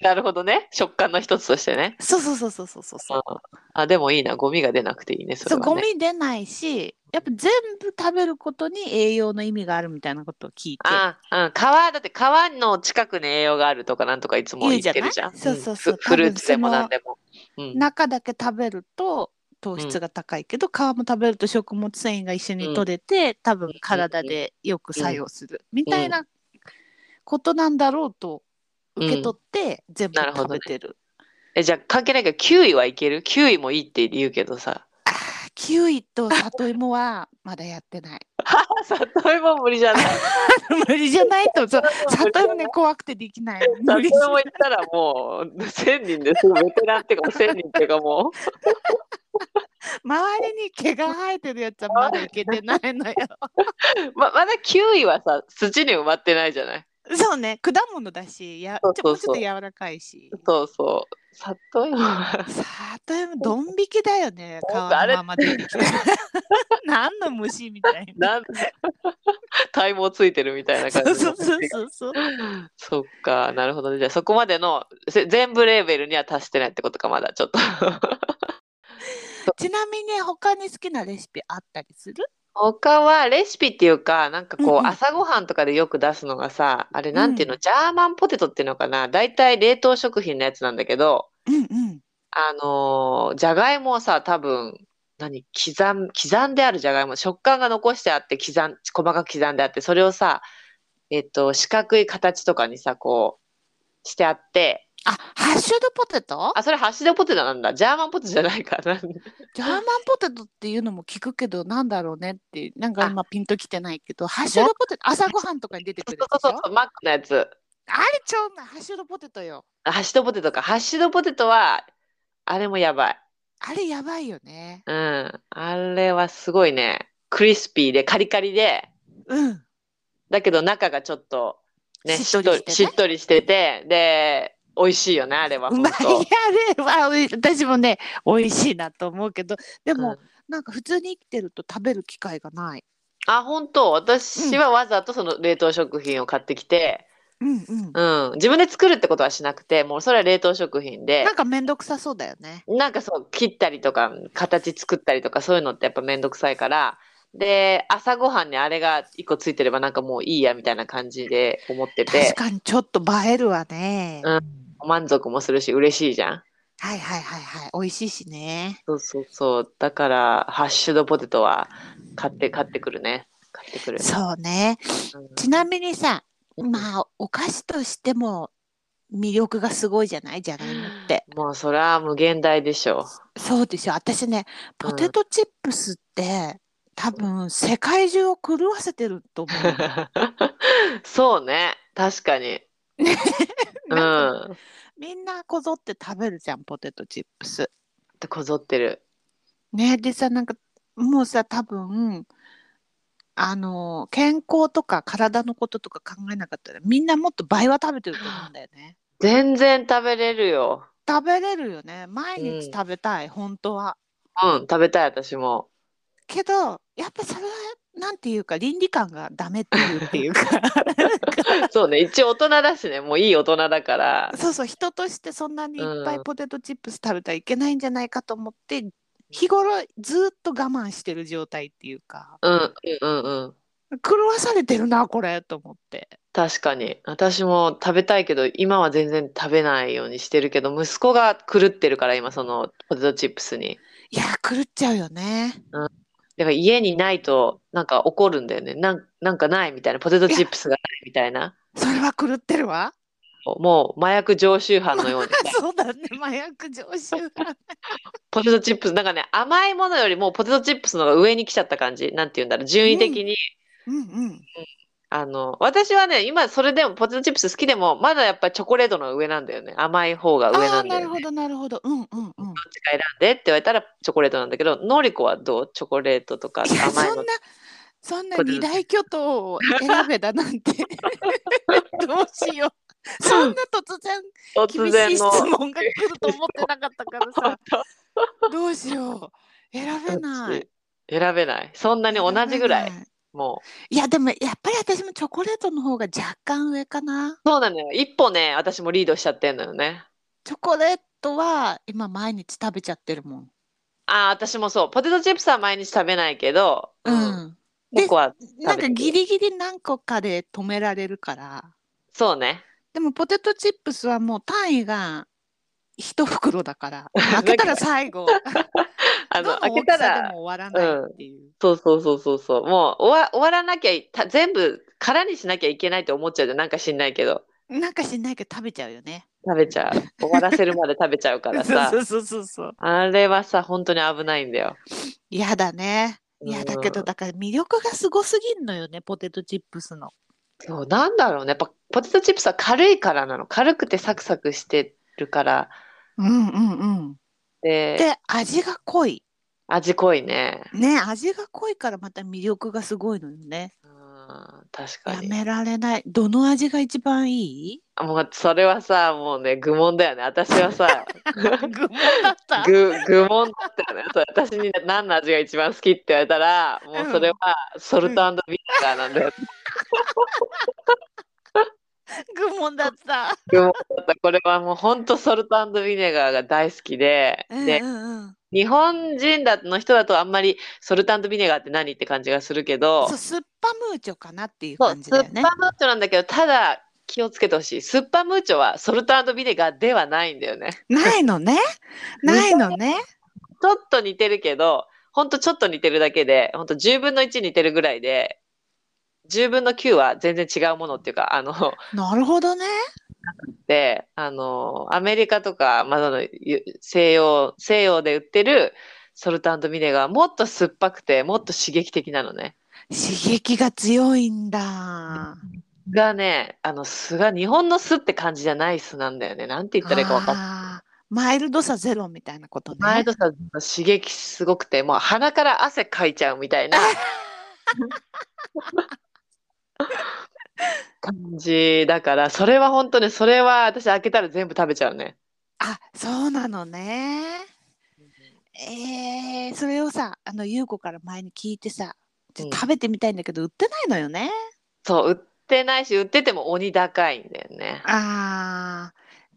[SPEAKER 2] なるほどね。食感の一つとしてね。
[SPEAKER 1] そうそうそうそうそうそうそう
[SPEAKER 2] うん。あ、でもいいな。ゴミが出なくていいね、そ
[SPEAKER 1] そ
[SPEAKER 2] れ
[SPEAKER 1] う
[SPEAKER 2] は
[SPEAKER 1] ゴ
[SPEAKER 2] ね。
[SPEAKER 1] ミ出ないしやっぱ全部食べることに栄養の意味があるみたいなことを聞いて
[SPEAKER 2] あ、うん。皮、だって皮の近くに栄養があるとかなんとかいつも言ってるじゃ
[SPEAKER 1] 言
[SPEAKER 2] ん。
[SPEAKER 1] うじゃないそうそうそうん
[SPEAKER 2] フフルーツでも
[SPEAKER 1] 多分その
[SPEAKER 2] 何でも。うん。
[SPEAKER 1] 中だけ食べると糖質が高いけど、皮も食べると食物繊維が一緒に取れて、多分体でよく作用するみたいなことなんだろうと受け取って全部
[SPEAKER 2] なるほ
[SPEAKER 1] 食
[SPEAKER 2] ど
[SPEAKER 1] べ
[SPEAKER 2] ね
[SPEAKER 1] てる。
[SPEAKER 2] え、じゃあ関係ないけど、キウイはいけるキウイもいいって言うけど
[SPEAKER 1] <laughs>
[SPEAKER 2] さ。
[SPEAKER 1] キウイと里芋は <laughs> まだやってない。
[SPEAKER 2] あ、里芋無理じゃない。
[SPEAKER 1] 無理じゃないと、そう里芋
[SPEAKER 2] 無理じゃな
[SPEAKER 1] ね
[SPEAKER 2] い、
[SPEAKER 1] <laughs> 怖くてできない。無理
[SPEAKER 2] 里
[SPEAKER 1] じゃ
[SPEAKER 2] 芋行ったらもう、1000人ですぐベテランっていうか、1000人っていうかもう。 <laughs>
[SPEAKER 1] 周りに毛が生えてるやつはまだいけてないのよ。
[SPEAKER 2] ま、まだキウイはさ、土に埋まってないじゃない。
[SPEAKER 1] <laughs> そうね、果物だし、や、
[SPEAKER 2] そう
[SPEAKER 1] ちょ
[SPEAKER 2] そ
[SPEAKER 1] も
[SPEAKER 2] う
[SPEAKER 1] うちょ
[SPEAKER 2] そ
[SPEAKER 1] っ
[SPEAKER 2] う
[SPEAKER 1] と柔らかいし。
[SPEAKER 2] そうそう。里芋は。
[SPEAKER 1] 里芋ドン引きだよね、皮
[SPEAKER 2] なん
[SPEAKER 1] の
[SPEAKER 2] かあれ
[SPEAKER 1] ままで。 <laughs> 何の虫みたい <laughs> な。
[SPEAKER 2] なん <laughs> 体毛ついてるみたいな
[SPEAKER 1] そ
[SPEAKER 2] 感
[SPEAKER 1] う
[SPEAKER 2] じ
[SPEAKER 1] そう
[SPEAKER 2] の
[SPEAKER 1] そうそうそう。
[SPEAKER 2] そっかなるほどねじゃあそこまでのせ全部レーベルには達してないってことかまだちょっと
[SPEAKER 1] ちなみに他に好きなレシピあったりする？
[SPEAKER 2] 他はレシピっていうかなんかこう、
[SPEAKER 1] うんうん
[SPEAKER 2] 朝ごはんとかでよく出すのがさあれなんていうの、
[SPEAKER 1] う
[SPEAKER 2] ジャーマンポテトっていうのかな大体冷凍食品のやつなんだけど
[SPEAKER 1] うんうん。
[SPEAKER 2] あのーじゃがいもをさ多分何刻ん刻んであるじゃがいも食感が残してあって刻ん細かく刻んであってそれをさえっと四角い形とかにさこうしてあって
[SPEAKER 1] あ、ハッシュドポテト？
[SPEAKER 2] あそれハッシュドポテトなんだジャーマンポテトじゃないかな
[SPEAKER 1] ジャーマンポテトっていうのも聞くけど、なんだろうねって、なんか今ピンときてないけど、ハッシュドポテト、朝ごはんとかに出てくるやつでし
[SPEAKER 2] そ
[SPEAKER 1] ょ
[SPEAKER 2] うそうそうマックのやつ
[SPEAKER 1] あれちょうなハッシュドポテトよ。
[SPEAKER 2] あハッシュドポテトかハッシュドポテトはあれもやばい
[SPEAKER 1] あれやばいよね。
[SPEAKER 2] うんあれはすごいねクリスピーでカリカリで
[SPEAKER 1] うん。
[SPEAKER 2] だけど中がちょっとね
[SPEAKER 1] しっとりしてね
[SPEAKER 2] しっとりしててで美味しいよねあれは
[SPEAKER 1] う
[SPEAKER 2] 本
[SPEAKER 1] まいあ
[SPEAKER 2] 当
[SPEAKER 1] れはおい私もね美味しいなと思うけどでも、
[SPEAKER 2] うん
[SPEAKER 1] なんか普通に生きてると食べる機会がない。
[SPEAKER 2] あ本当私はわざとその冷凍食品を買ってきて、
[SPEAKER 1] うんうん。
[SPEAKER 2] うん、自分で作るってことはしなくてもうそれは冷凍食品で
[SPEAKER 1] なんか面倒くさそうだよね。
[SPEAKER 2] なんかそう切ったりとか形作ったりとかそういうのってやっぱめんどくさいからで朝ごはんにあれが一個ついてればなんかもういいやみたいな感じで思って
[SPEAKER 1] 確
[SPEAKER 2] て
[SPEAKER 1] かにちょっと映えるわね。
[SPEAKER 2] うん満足もするし嬉しいじゃん
[SPEAKER 1] はいはいはいはい美味しいしね。
[SPEAKER 2] そうそうそうだからハッシュドポテトは買って買ってくるね買ってくる、
[SPEAKER 1] そうね。
[SPEAKER 2] うん
[SPEAKER 1] ちなみにさ
[SPEAKER 2] うん
[SPEAKER 1] まあお菓子としても魅力がすごいじゃないじゃがいもって。
[SPEAKER 2] もうそれは無限大でしょ
[SPEAKER 1] そうでしょ私ね
[SPEAKER 2] うん
[SPEAKER 1] ポテトチップスって多分世界中を狂わせてると思う。
[SPEAKER 2] <laughs> <laughs> そうね確
[SPEAKER 1] <laughs>
[SPEAKER 2] かにう
[SPEAKER 1] なんか
[SPEAKER 2] ん
[SPEAKER 1] みんなこぞって食べるじゃんポテトチップス。
[SPEAKER 2] こぞってる
[SPEAKER 1] ねでさなんかもうさ多分あの健康とか体のこととか考えなかったらみんなもっと倍は食べてると思うんだよね。
[SPEAKER 2] 全然食べれるよ
[SPEAKER 1] 食べれるよね毎
[SPEAKER 2] うん
[SPEAKER 1] 日食べたい、本当は。
[SPEAKER 2] うん食べたい私も
[SPEAKER 1] けどやっぱそれはなんていうか倫理観がダメっていうって
[SPEAKER 2] <laughs>
[SPEAKER 1] いうかなんか
[SPEAKER 2] そうね、一応大人だしね、もういい大人だから。
[SPEAKER 1] そうそう人としてそんなにいっぱ
[SPEAKER 2] う
[SPEAKER 1] い
[SPEAKER 2] ん
[SPEAKER 1] ポテトチップス食べたらいけないんじゃないかと思って日頃ずっと我慢してる状態っていうか。
[SPEAKER 2] うん、うん、うん、うん。
[SPEAKER 1] 狂わされてるなこれと思って
[SPEAKER 2] 確かに。私も食べたいけど、今は全然食べないようにしてるけど、息子が狂ってるから、今、そのポテトチップスに。
[SPEAKER 1] いや狂っちゃうよね
[SPEAKER 2] だから家にないと、なんか怒るんだよね。なんなんかないみたいな、ポテトチップスがないみたいな。
[SPEAKER 1] それは狂ってるわ
[SPEAKER 2] もう麻薬常習犯のように <laughs>
[SPEAKER 1] <laughs> そうだね麻薬常習犯
[SPEAKER 2] ポテトチップスなんかね甘いものよりもポテトチップスの方が上に来ちゃった感じなんて言うんだろう順位的に、
[SPEAKER 1] うんうん
[SPEAKER 2] あの私はね今それでもポテトチップス好きでもまだやっぱチョコレートの上なんだよね甘い方が上
[SPEAKER 1] あ
[SPEAKER 2] な
[SPEAKER 1] あ
[SPEAKER 2] んだ
[SPEAKER 1] なる
[SPEAKER 2] よね
[SPEAKER 1] ほどなるほどうんうんうん
[SPEAKER 2] どっちか選んでって言われたらチョコレートなんだけどのりこはどうチョコレートとか
[SPEAKER 1] いや
[SPEAKER 2] 甘い
[SPEAKER 1] そんな
[SPEAKER 2] の
[SPEAKER 1] そんな
[SPEAKER 2] これ
[SPEAKER 1] 二大巨頭を選べだなんて <laughs> どうしようそんな突然
[SPEAKER 2] 突
[SPEAKER 1] 厳しい
[SPEAKER 2] 然
[SPEAKER 1] 質
[SPEAKER 2] の
[SPEAKER 1] 問が来ると思ってなかった
[SPEAKER 2] <laughs>
[SPEAKER 1] からさどうしよう選べない
[SPEAKER 2] 選べないそんなに同じぐらい
[SPEAKER 1] 選べない
[SPEAKER 2] も
[SPEAKER 1] いやでもやっぱり私もチョコレートの方が若干上かな
[SPEAKER 2] うそうなのよ一歩ね私もリードしちゃってんのよね
[SPEAKER 1] チョコレートは今毎日食べちゃってるもん
[SPEAKER 2] ああ私もそうポテトチップスは毎日食べないけど
[SPEAKER 1] う
[SPEAKER 2] うん
[SPEAKER 1] んで
[SPEAKER 2] 僕は
[SPEAKER 1] なんかギリギリ何個かで止められるから
[SPEAKER 2] そうね
[SPEAKER 1] でもポテトチップスはもう単位が一袋 <laughs> だから開けたら最 <laughs> 後
[SPEAKER 2] あの
[SPEAKER 1] どの
[SPEAKER 2] 開け
[SPEAKER 1] 大き
[SPEAKER 2] た
[SPEAKER 1] さで
[SPEAKER 2] ら
[SPEAKER 1] も終わらないっていう、
[SPEAKER 2] そうそうそうそうそうもう終わ終わらなきゃいた全部空にしなきゃいけないって思っちゃうじゃんなんか知んないけど
[SPEAKER 1] なんかしんないけど食べちゃうよね
[SPEAKER 2] 食べちゃう
[SPEAKER 1] <laughs>
[SPEAKER 2] 終わらせるまで食べちゃうからさ
[SPEAKER 1] そうそうそうそう
[SPEAKER 2] あれはさ本当に危ないんだよ
[SPEAKER 1] 嫌だねいや
[SPEAKER 2] うん
[SPEAKER 1] だけどだから魅力がすごすぎんのよねポテトチップスの
[SPEAKER 2] そうなんだろうねやっぱポテトチップスは軽いからなの軽くてサクサクしてるから
[SPEAKER 1] うんうんうん
[SPEAKER 2] で
[SPEAKER 1] で味が濃い
[SPEAKER 2] 味濃いね
[SPEAKER 1] ね味が濃いからまた魅力がすごいのよね
[SPEAKER 2] うん確か
[SPEAKER 1] や
[SPEAKER 2] に
[SPEAKER 1] められないどの味が一番 <laughs> いい
[SPEAKER 2] もうそれはさもうね愚問だよね私はさ
[SPEAKER 1] 具もだった
[SPEAKER 2] ぐ愚問だったよねそう私に何の味が一番好きって言われたらもうそれはソルトビネガーなんだよ、
[SPEAKER 1] 具もだった <laughs>
[SPEAKER 2] 愚問だったこれはもうほんとソルトビネガーが大好きで、
[SPEAKER 1] うん
[SPEAKER 2] で
[SPEAKER 1] うんうん
[SPEAKER 2] 日本人だの人だとあんまりソルトビネガーって何って感じがするけど
[SPEAKER 1] そうスッパムーチョかなっていう
[SPEAKER 2] そう
[SPEAKER 1] 感じ
[SPEAKER 2] スッ
[SPEAKER 1] だ
[SPEAKER 2] パ
[SPEAKER 1] よ
[SPEAKER 2] ムー
[SPEAKER 1] ね
[SPEAKER 2] チョなんだけどただ気をつけてほしいスッパムーチョはソルトビネガーではないんだよね
[SPEAKER 1] ないの
[SPEAKER 2] <laughs>
[SPEAKER 1] ねないのね
[SPEAKER 2] ちょっと似てるけど、ほんとちょっと似てるだけで、ほんと10分の1似てるぐらいで、10分の9は全然違うものっていうか、あの、 <laughs>
[SPEAKER 1] なるほどね
[SPEAKER 2] で、あの、アメリカとか、まあ、そのゆ西洋、西洋で売ってるソルトビネガーはもっと酸っぱくて、もっと刺激的なのね。
[SPEAKER 1] 刺激が強いんだ
[SPEAKER 2] がね、あの酢が日本の酢って感じじゃない酢なんだよね。なんて言ったらいいか分かんない。
[SPEAKER 1] あーマイルドさゼロみたいなことね
[SPEAKER 2] 前とさ、刺激すごくて、もう鼻から汗かいちゃうみ
[SPEAKER 1] <laughs>
[SPEAKER 2] たいな感じだから、それは本当に、それは私開けたら全部食べちゃうね。
[SPEAKER 1] あそうなのねえー、それをさあの優子から前に聞いてさちょ
[SPEAKER 2] うん
[SPEAKER 1] 食べてみたいんだけど売ってないのよね、
[SPEAKER 2] そう、売ってないし、売ってても鬼高いんだよね。
[SPEAKER 1] あ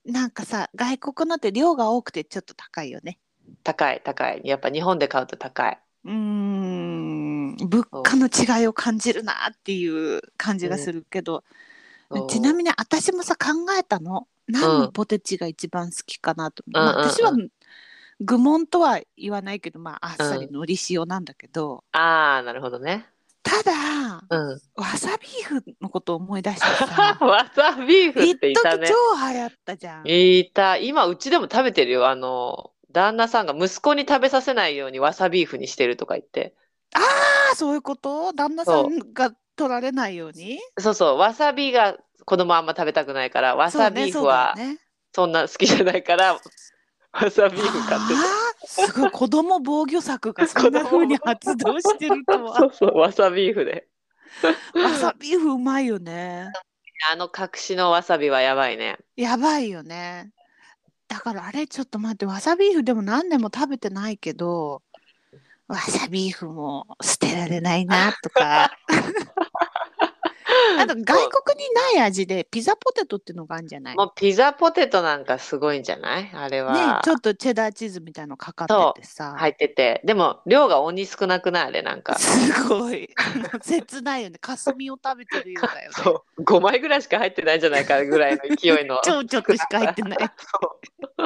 [SPEAKER 1] ーなんかさ外国のって量が多くてちょっと高いよね
[SPEAKER 2] 高い、高い。やっぱ日本で買うと高い。
[SPEAKER 1] うーん物価の違いを感じるなっていう感じがするけど、ちな
[SPEAKER 2] に、
[SPEAKER 1] みに私もさ考えたの何
[SPEAKER 2] う
[SPEAKER 1] の
[SPEAKER 2] ん
[SPEAKER 1] ポテチが一番好きかなと、
[SPEAKER 2] うんうんうん
[SPEAKER 1] まあ私は愚問とは言わないけどまああっさりのり塩なんだけど、
[SPEAKER 2] ああ、なるほどね。
[SPEAKER 1] ただ
[SPEAKER 2] うん。
[SPEAKER 1] わさビーフのことを思い出してさ
[SPEAKER 2] わさ <laughs> ビーフ
[SPEAKER 1] 一
[SPEAKER 2] っ
[SPEAKER 1] 時
[SPEAKER 2] てい
[SPEAKER 1] 超
[SPEAKER 2] たね。
[SPEAKER 1] 流行ったじゃん。
[SPEAKER 2] いた。今、うちでも食べてるよ。あの、旦那さんが息子に食べさせないようにわさビーフにしてるとか言って。
[SPEAKER 1] あそういうこと旦那さんが取られないように
[SPEAKER 2] そうそう、わさびが子供あんま食べたくないから、わさビーフは
[SPEAKER 1] そうね
[SPEAKER 2] そんな好きじゃないから、わさ
[SPEAKER 1] そうだ
[SPEAKER 2] ビー
[SPEAKER 1] よね
[SPEAKER 2] フ買ってた。
[SPEAKER 1] あーすごい子供防御策がそんな風に発動してるとは
[SPEAKER 2] そうそう、わさビーフで。
[SPEAKER 1] わさビーフうまいよね
[SPEAKER 2] あの隠しのわさびはやばいね。
[SPEAKER 1] やばいよねだからあれちょっと待ってわさビーフでも何年も食べてないけどわさビーフも捨てられないなとかあと外国にない味でピザポテトっていうのがあるんじゃない
[SPEAKER 2] もうピザポテトなんかすごいんじゃないあれ
[SPEAKER 1] ね
[SPEAKER 2] は。
[SPEAKER 1] ちょっとチェダーチーズみたいのかかっててさ、
[SPEAKER 2] 入ってて。でも、量が鬼少なくないあれなんか。
[SPEAKER 1] すごいもう切ないよねかすみを食べてるようだよね。
[SPEAKER 2] そう。5枚ぐらいしか入ってないんじゃないかぐらいの勢いの
[SPEAKER 1] 超 <laughs> ちょっとしか入って
[SPEAKER 2] <laughs>
[SPEAKER 1] ない
[SPEAKER 2] そ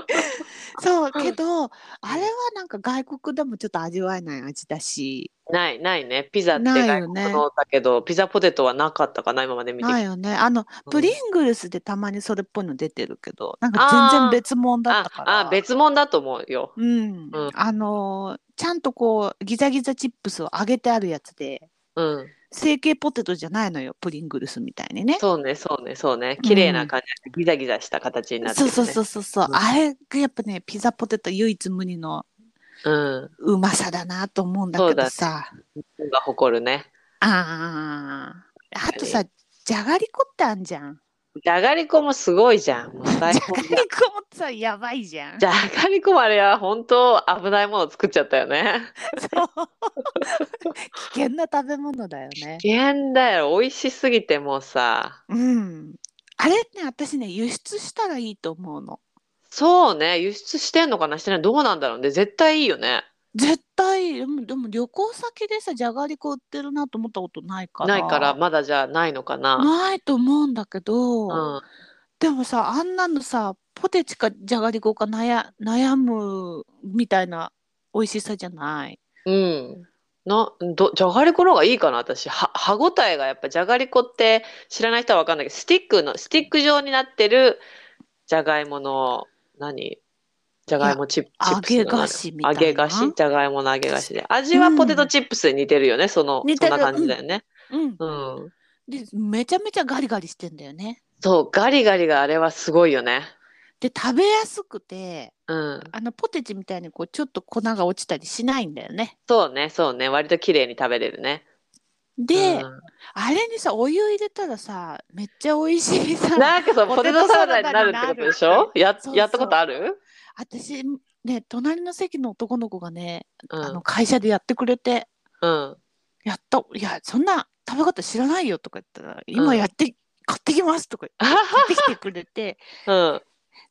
[SPEAKER 1] そうけどあれはなんか外国でもちょっと味わえない味だし
[SPEAKER 2] うない、ないね。ピザって
[SPEAKER 1] ない
[SPEAKER 2] 外
[SPEAKER 1] よ
[SPEAKER 2] 国
[SPEAKER 1] ね
[SPEAKER 2] のだけど、ピザポテトはなかったかな、今まで見て
[SPEAKER 1] な
[SPEAKER 2] き
[SPEAKER 1] いよねあの
[SPEAKER 2] うん
[SPEAKER 1] プリングルスでたまにそれっぽいの出てるけどなんか全然別物だった
[SPEAKER 2] あ
[SPEAKER 1] から
[SPEAKER 2] あ、別物だと思うよ。
[SPEAKER 1] うん、
[SPEAKER 2] うん
[SPEAKER 1] あのーちゃんとこうギザギザチップスを揚げてあるやつで
[SPEAKER 2] うん。
[SPEAKER 1] 成形ポテトじゃないのよプリングルスみたいにね
[SPEAKER 2] そうね、そうね、そうね。綺麗な感じ、ギザギザした形になって
[SPEAKER 1] そう
[SPEAKER 2] る、ね。
[SPEAKER 1] そうそうそうそう、
[SPEAKER 2] うん
[SPEAKER 1] あれがやっぱねピザポテト唯一無二の
[SPEAKER 2] うん。
[SPEAKER 1] うまさだなと思うんだ
[SPEAKER 2] そ
[SPEAKER 1] け
[SPEAKER 2] うだ
[SPEAKER 1] ど
[SPEAKER 2] ね
[SPEAKER 1] さ、
[SPEAKER 2] 日本が誇るね。
[SPEAKER 1] あーあとさじゃがりこってあんじゃん
[SPEAKER 2] じゃがりこもすごいじゃん。もう最
[SPEAKER 1] じゃ <laughs>
[SPEAKER 2] 高
[SPEAKER 1] がり
[SPEAKER 2] じゃん
[SPEAKER 1] こもさやばいじゃん
[SPEAKER 2] じゃがりこもあれは本当危ないものを作っちゃったよね。
[SPEAKER 1] そう危険な食べ物だよね
[SPEAKER 2] 危険だよ。美味しすぎてもうさ。
[SPEAKER 1] うんあれね私ね輸出したらいいと思うの
[SPEAKER 2] そうね。輸出してんのかなしてないどうなんだろうね。絶対いいよね。
[SPEAKER 1] 絶対でもでも旅行先でさじゃがりこ売ってるなと思ったことないから
[SPEAKER 2] ないから、まだじゃあないのかな。
[SPEAKER 1] ないと思うんだけど、
[SPEAKER 2] うん。
[SPEAKER 1] でもさあんなのさポテチかじゃがりこか悩悩むみたいな美味しさじゃない
[SPEAKER 2] うん。などじゃがりこの方がいいかな私は歯ごたえがやっぱじゃがりこって知らない人は分かんないけどスティックのスティック状になってるじゃがいもの何じゃがいもチップチ
[SPEAKER 1] 揚
[SPEAKER 2] ップス
[SPEAKER 1] げ菓子み
[SPEAKER 2] の
[SPEAKER 1] たいな
[SPEAKER 2] 揚げ菓子じゃがいもの揚げ菓子で味はポテトチップスに似てるよね、その
[SPEAKER 1] 似て
[SPEAKER 2] そん
[SPEAKER 1] る
[SPEAKER 2] な感じだよね、
[SPEAKER 1] うん
[SPEAKER 2] うん
[SPEAKER 1] でめちゃめちゃガリガリしてんだよね
[SPEAKER 2] そうガリガリがあれはすごいよね
[SPEAKER 1] で食べやすくて
[SPEAKER 2] うん
[SPEAKER 1] あのポテチみたいにこうちょっと粉が落ちたりしないんだよね
[SPEAKER 2] そうねそうね割と綺麗に食べれるね
[SPEAKER 1] で、
[SPEAKER 2] うん
[SPEAKER 1] あれにさお湯入れたさめっちゃ美味しいさ
[SPEAKER 2] なんかさポテトサラダになるってことでしょや
[SPEAKER 1] そうそう
[SPEAKER 2] やったことある、
[SPEAKER 1] 私ね隣の席の男の子がね、
[SPEAKER 2] うん、
[SPEAKER 1] あの会社でやってくれて
[SPEAKER 2] うん
[SPEAKER 1] 「やったいやそんな食べ方知らないよ」とか言ったら「今やって、買ってきます」とか言って買ってきてくれて
[SPEAKER 2] うん。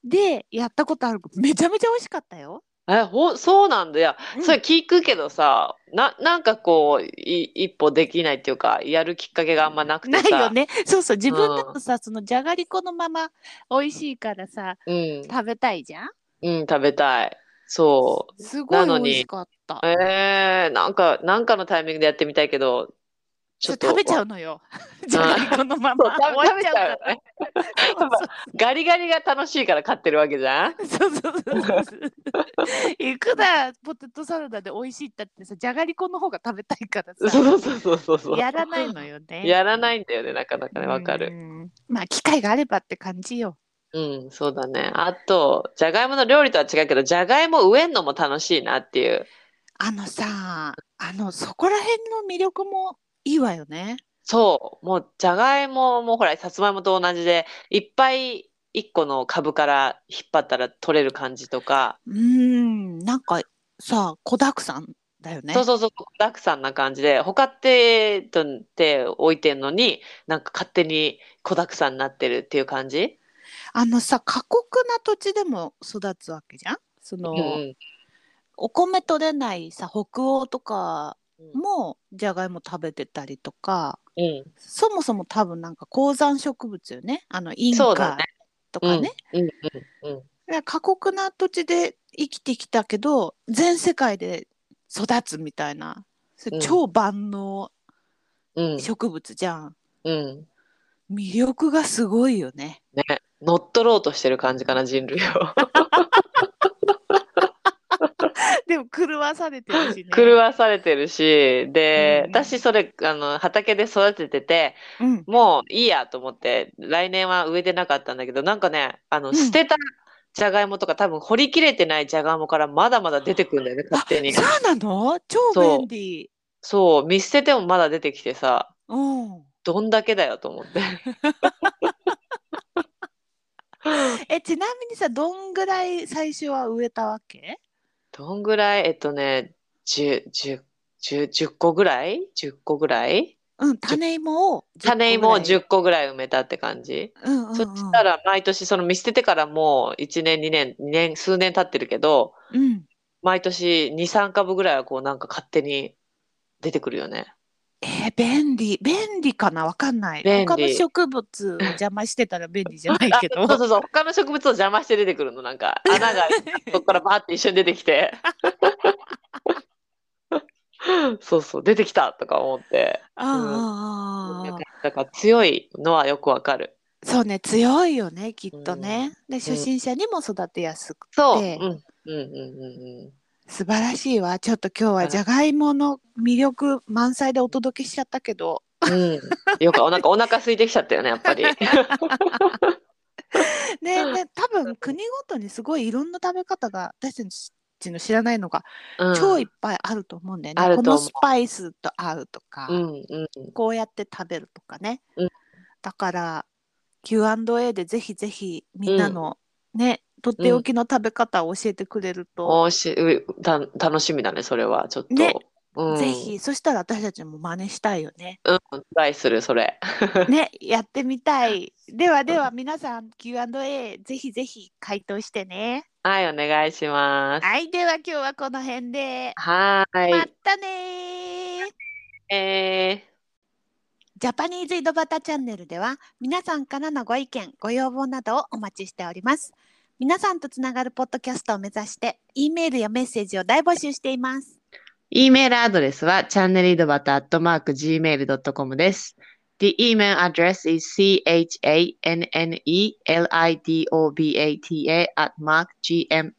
[SPEAKER 1] でやったことあるめちゃめちゃ美味しかったよ。
[SPEAKER 2] え、ほ、そうなんだ。いや、
[SPEAKER 1] うん
[SPEAKER 2] それ聞くけどさ、な、なんかこう、い、一歩できないっていうか、やるきっかけがあんまなくて
[SPEAKER 1] ない
[SPEAKER 2] さ、
[SPEAKER 1] よね <laughs> そうそう自分だとさ、そのじゃがりこのまま美味しいからさ
[SPEAKER 2] うん、
[SPEAKER 1] 食べたいじゃん
[SPEAKER 2] うん、食べたい。そ
[SPEAKER 1] すごい
[SPEAKER 2] なのに
[SPEAKER 1] 美味しかった
[SPEAKER 2] う。えー、なんか、なんかのタイミングでやってみたいけど、ちょっ
[SPEAKER 1] それ食べ
[SPEAKER 2] と、
[SPEAKER 1] ちゃうのよじゃがりこのま
[SPEAKER 2] そう
[SPEAKER 1] ま
[SPEAKER 2] 食
[SPEAKER 1] 終
[SPEAKER 2] べ
[SPEAKER 1] わっ
[SPEAKER 2] 食べ
[SPEAKER 1] ちゃ
[SPEAKER 2] ち
[SPEAKER 1] うか
[SPEAKER 2] ゃう
[SPEAKER 1] ら
[SPEAKER 2] よね。 <laughs> ガリガリが楽しいから買ってるわけじゃん。
[SPEAKER 1] そうそうそうそうそう。いくらポテトサラダで美味しいったってさ、じゃがりこの方が食べたいからさ、
[SPEAKER 2] そうそうそうそうそう。
[SPEAKER 1] やらないのよね。
[SPEAKER 2] やらないんだよね、なかなかね、わかる。
[SPEAKER 1] る。まあ機会があればって感じよ。
[SPEAKER 2] うん、そうだね。あと、じゃがいもの料理とは違うけど、じゃがいも植えんのも楽しいなっていう。
[SPEAKER 1] あのさ、あのそこら辺の魅力もいいわよね。
[SPEAKER 2] そう、もうじゃがいももほら、さつまいもと同じで、いっぱい一個の株から引っ張ったら取れる感じとか、
[SPEAKER 1] うーん、なんかさ、子だくさんだよね。
[SPEAKER 2] そうそうそう、たくさんな感じで、他ってとって置いてんのに、なんか勝手に子だくさんになってるっていう感じ。
[SPEAKER 1] あのさ、過酷な土地でも育つわけじゃん。その、
[SPEAKER 2] うんうん
[SPEAKER 1] お米取れないさ北欧とか
[SPEAKER 2] うん
[SPEAKER 1] もじゃがいも食べてたりとか。
[SPEAKER 2] うん
[SPEAKER 1] そもそも多分なんか高山植物よねあのイン
[SPEAKER 2] そうだ
[SPEAKER 1] カ
[SPEAKER 2] ね
[SPEAKER 1] と
[SPEAKER 2] う
[SPEAKER 1] か
[SPEAKER 2] ん
[SPEAKER 1] ね
[SPEAKER 2] うんうんうん
[SPEAKER 1] 過酷な土地で生きてきたけど全世界で育つみたいなそれ
[SPEAKER 2] うん
[SPEAKER 1] 超万能
[SPEAKER 2] うん
[SPEAKER 1] 植物じゃん、
[SPEAKER 2] うん
[SPEAKER 1] 魅力がすごいよね
[SPEAKER 2] ね、乗っ取ろうとしてる感じかな、人類を。
[SPEAKER 1] <laughs> でも狂わされてるしね
[SPEAKER 2] 狂わされてるし、で、
[SPEAKER 1] うんうん
[SPEAKER 2] 私それ、あの、畑で育ててて、
[SPEAKER 1] うん
[SPEAKER 2] もういいやと思って、来年は植えてなかったんだけど、なんかね、あの、
[SPEAKER 1] うん
[SPEAKER 2] 捨てたじゃがいもとか、多分掘り切れてないじゃがいもからまだまだ出てくるんだ
[SPEAKER 1] <laughs>
[SPEAKER 2] よね、 <laughs> 勝手に
[SPEAKER 1] あそ。うなの超便利
[SPEAKER 2] そう、見捨ててもまだ出てきてさ、
[SPEAKER 1] うん
[SPEAKER 2] どんだけだよと思って。 <laughs>
[SPEAKER 1] えちなみにさどんぐらい最初は植えたわけ
[SPEAKER 2] どんぐらい、えっとね、10、10、10、10個ぐらい ?10 個ぐらい
[SPEAKER 1] うん、種芋を10個ぐらい
[SPEAKER 2] 種芋を10個ぐらい埋めたって感じ、
[SPEAKER 1] うんうんうん、
[SPEAKER 2] そしたら毎年その見捨ててからもう1年2年2年数年経ってるけど
[SPEAKER 1] うん、
[SPEAKER 2] 毎年23株ぐらいはこうなんか勝手に出てくるよね
[SPEAKER 1] えー便利便利かなわかんない
[SPEAKER 2] 便利
[SPEAKER 1] 他の植物を邪魔してたら便利じ <laughs> ゃないけど
[SPEAKER 2] あ <laughs> そうそうそう他の植物を邪魔して出てくるのなんか穴
[SPEAKER 1] <laughs>
[SPEAKER 2] がそこからバーって一緒に出てきて <laughs> そうそう出てきたとか思って
[SPEAKER 1] あ
[SPEAKER 2] うん
[SPEAKER 1] あああああ
[SPEAKER 2] だから強いのはよくわかる
[SPEAKER 1] そうね強いよねきっとね、で初心者にも育てやすくて、
[SPEAKER 2] そう、うん、うんうんうんうん
[SPEAKER 1] 素晴らしいわちょっと今日はじゃがいもの魅力満載でお届けしちゃったけど
[SPEAKER 2] うん、よくお腹お腹空いてきちゃったよねやっ
[SPEAKER 1] <laughs>
[SPEAKER 2] ぱり。
[SPEAKER 1] ねね多分国ごとにすごいいろんな食べ方が私たちの知らないのが
[SPEAKER 2] うん
[SPEAKER 1] 超いっぱいあると思うんだよね、
[SPEAKER 2] ある
[SPEAKER 1] こと
[SPEAKER 2] 思
[SPEAKER 1] の
[SPEAKER 2] う
[SPEAKER 1] スパイスと合うとか、
[SPEAKER 2] うんうん
[SPEAKER 1] こうやって食べるとかね、
[SPEAKER 2] うん
[SPEAKER 1] だから Q&A でぜひぜひみんなのね、とっておきの食べ方を教えてくれると、
[SPEAKER 2] おいしいうた楽しみだねそれはちょっと。
[SPEAKER 1] ね
[SPEAKER 2] うん、
[SPEAKER 1] ぜひそしたら私たちも真似したいよね
[SPEAKER 2] うんトライするそれ。
[SPEAKER 1] ねやってみた
[SPEAKER 2] <laughs>
[SPEAKER 1] いではでは皆さん Q&A ぜひぜひ回答してね
[SPEAKER 2] はいお願いします。
[SPEAKER 1] はいでは今日はこの辺で、
[SPEAKER 2] はーい。
[SPEAKER 1] またねー
[SPEAKER 2] えー
[SPEAKER 1] ジャパニーズ井戸端チャンネルでは皆さんからのご意見、ご要望などをお待ちしております。皆さんとつながるポッドキャストを目指して、E メールやメッセージを大募集しています。
[SPEAKER 2] E メールアドレスは channelidobata.gmail.com です。The email address is chanelidobata at mark gmail.com。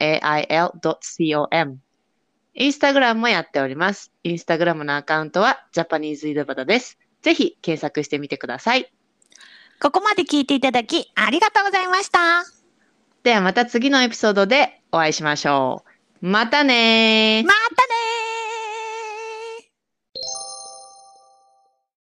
[SPEAKER 2] インスタグラムもやっております。インスタグラムのアカウントは Japanese 井戸端です。ぜひ検索してみてください。
[SPEAKER 1] ここまで聞いていただきありがとうございました。
[SPEAKER 2] ではまた次のエピソードでお会いしましょう。またねー。
[SPEAKER 1] また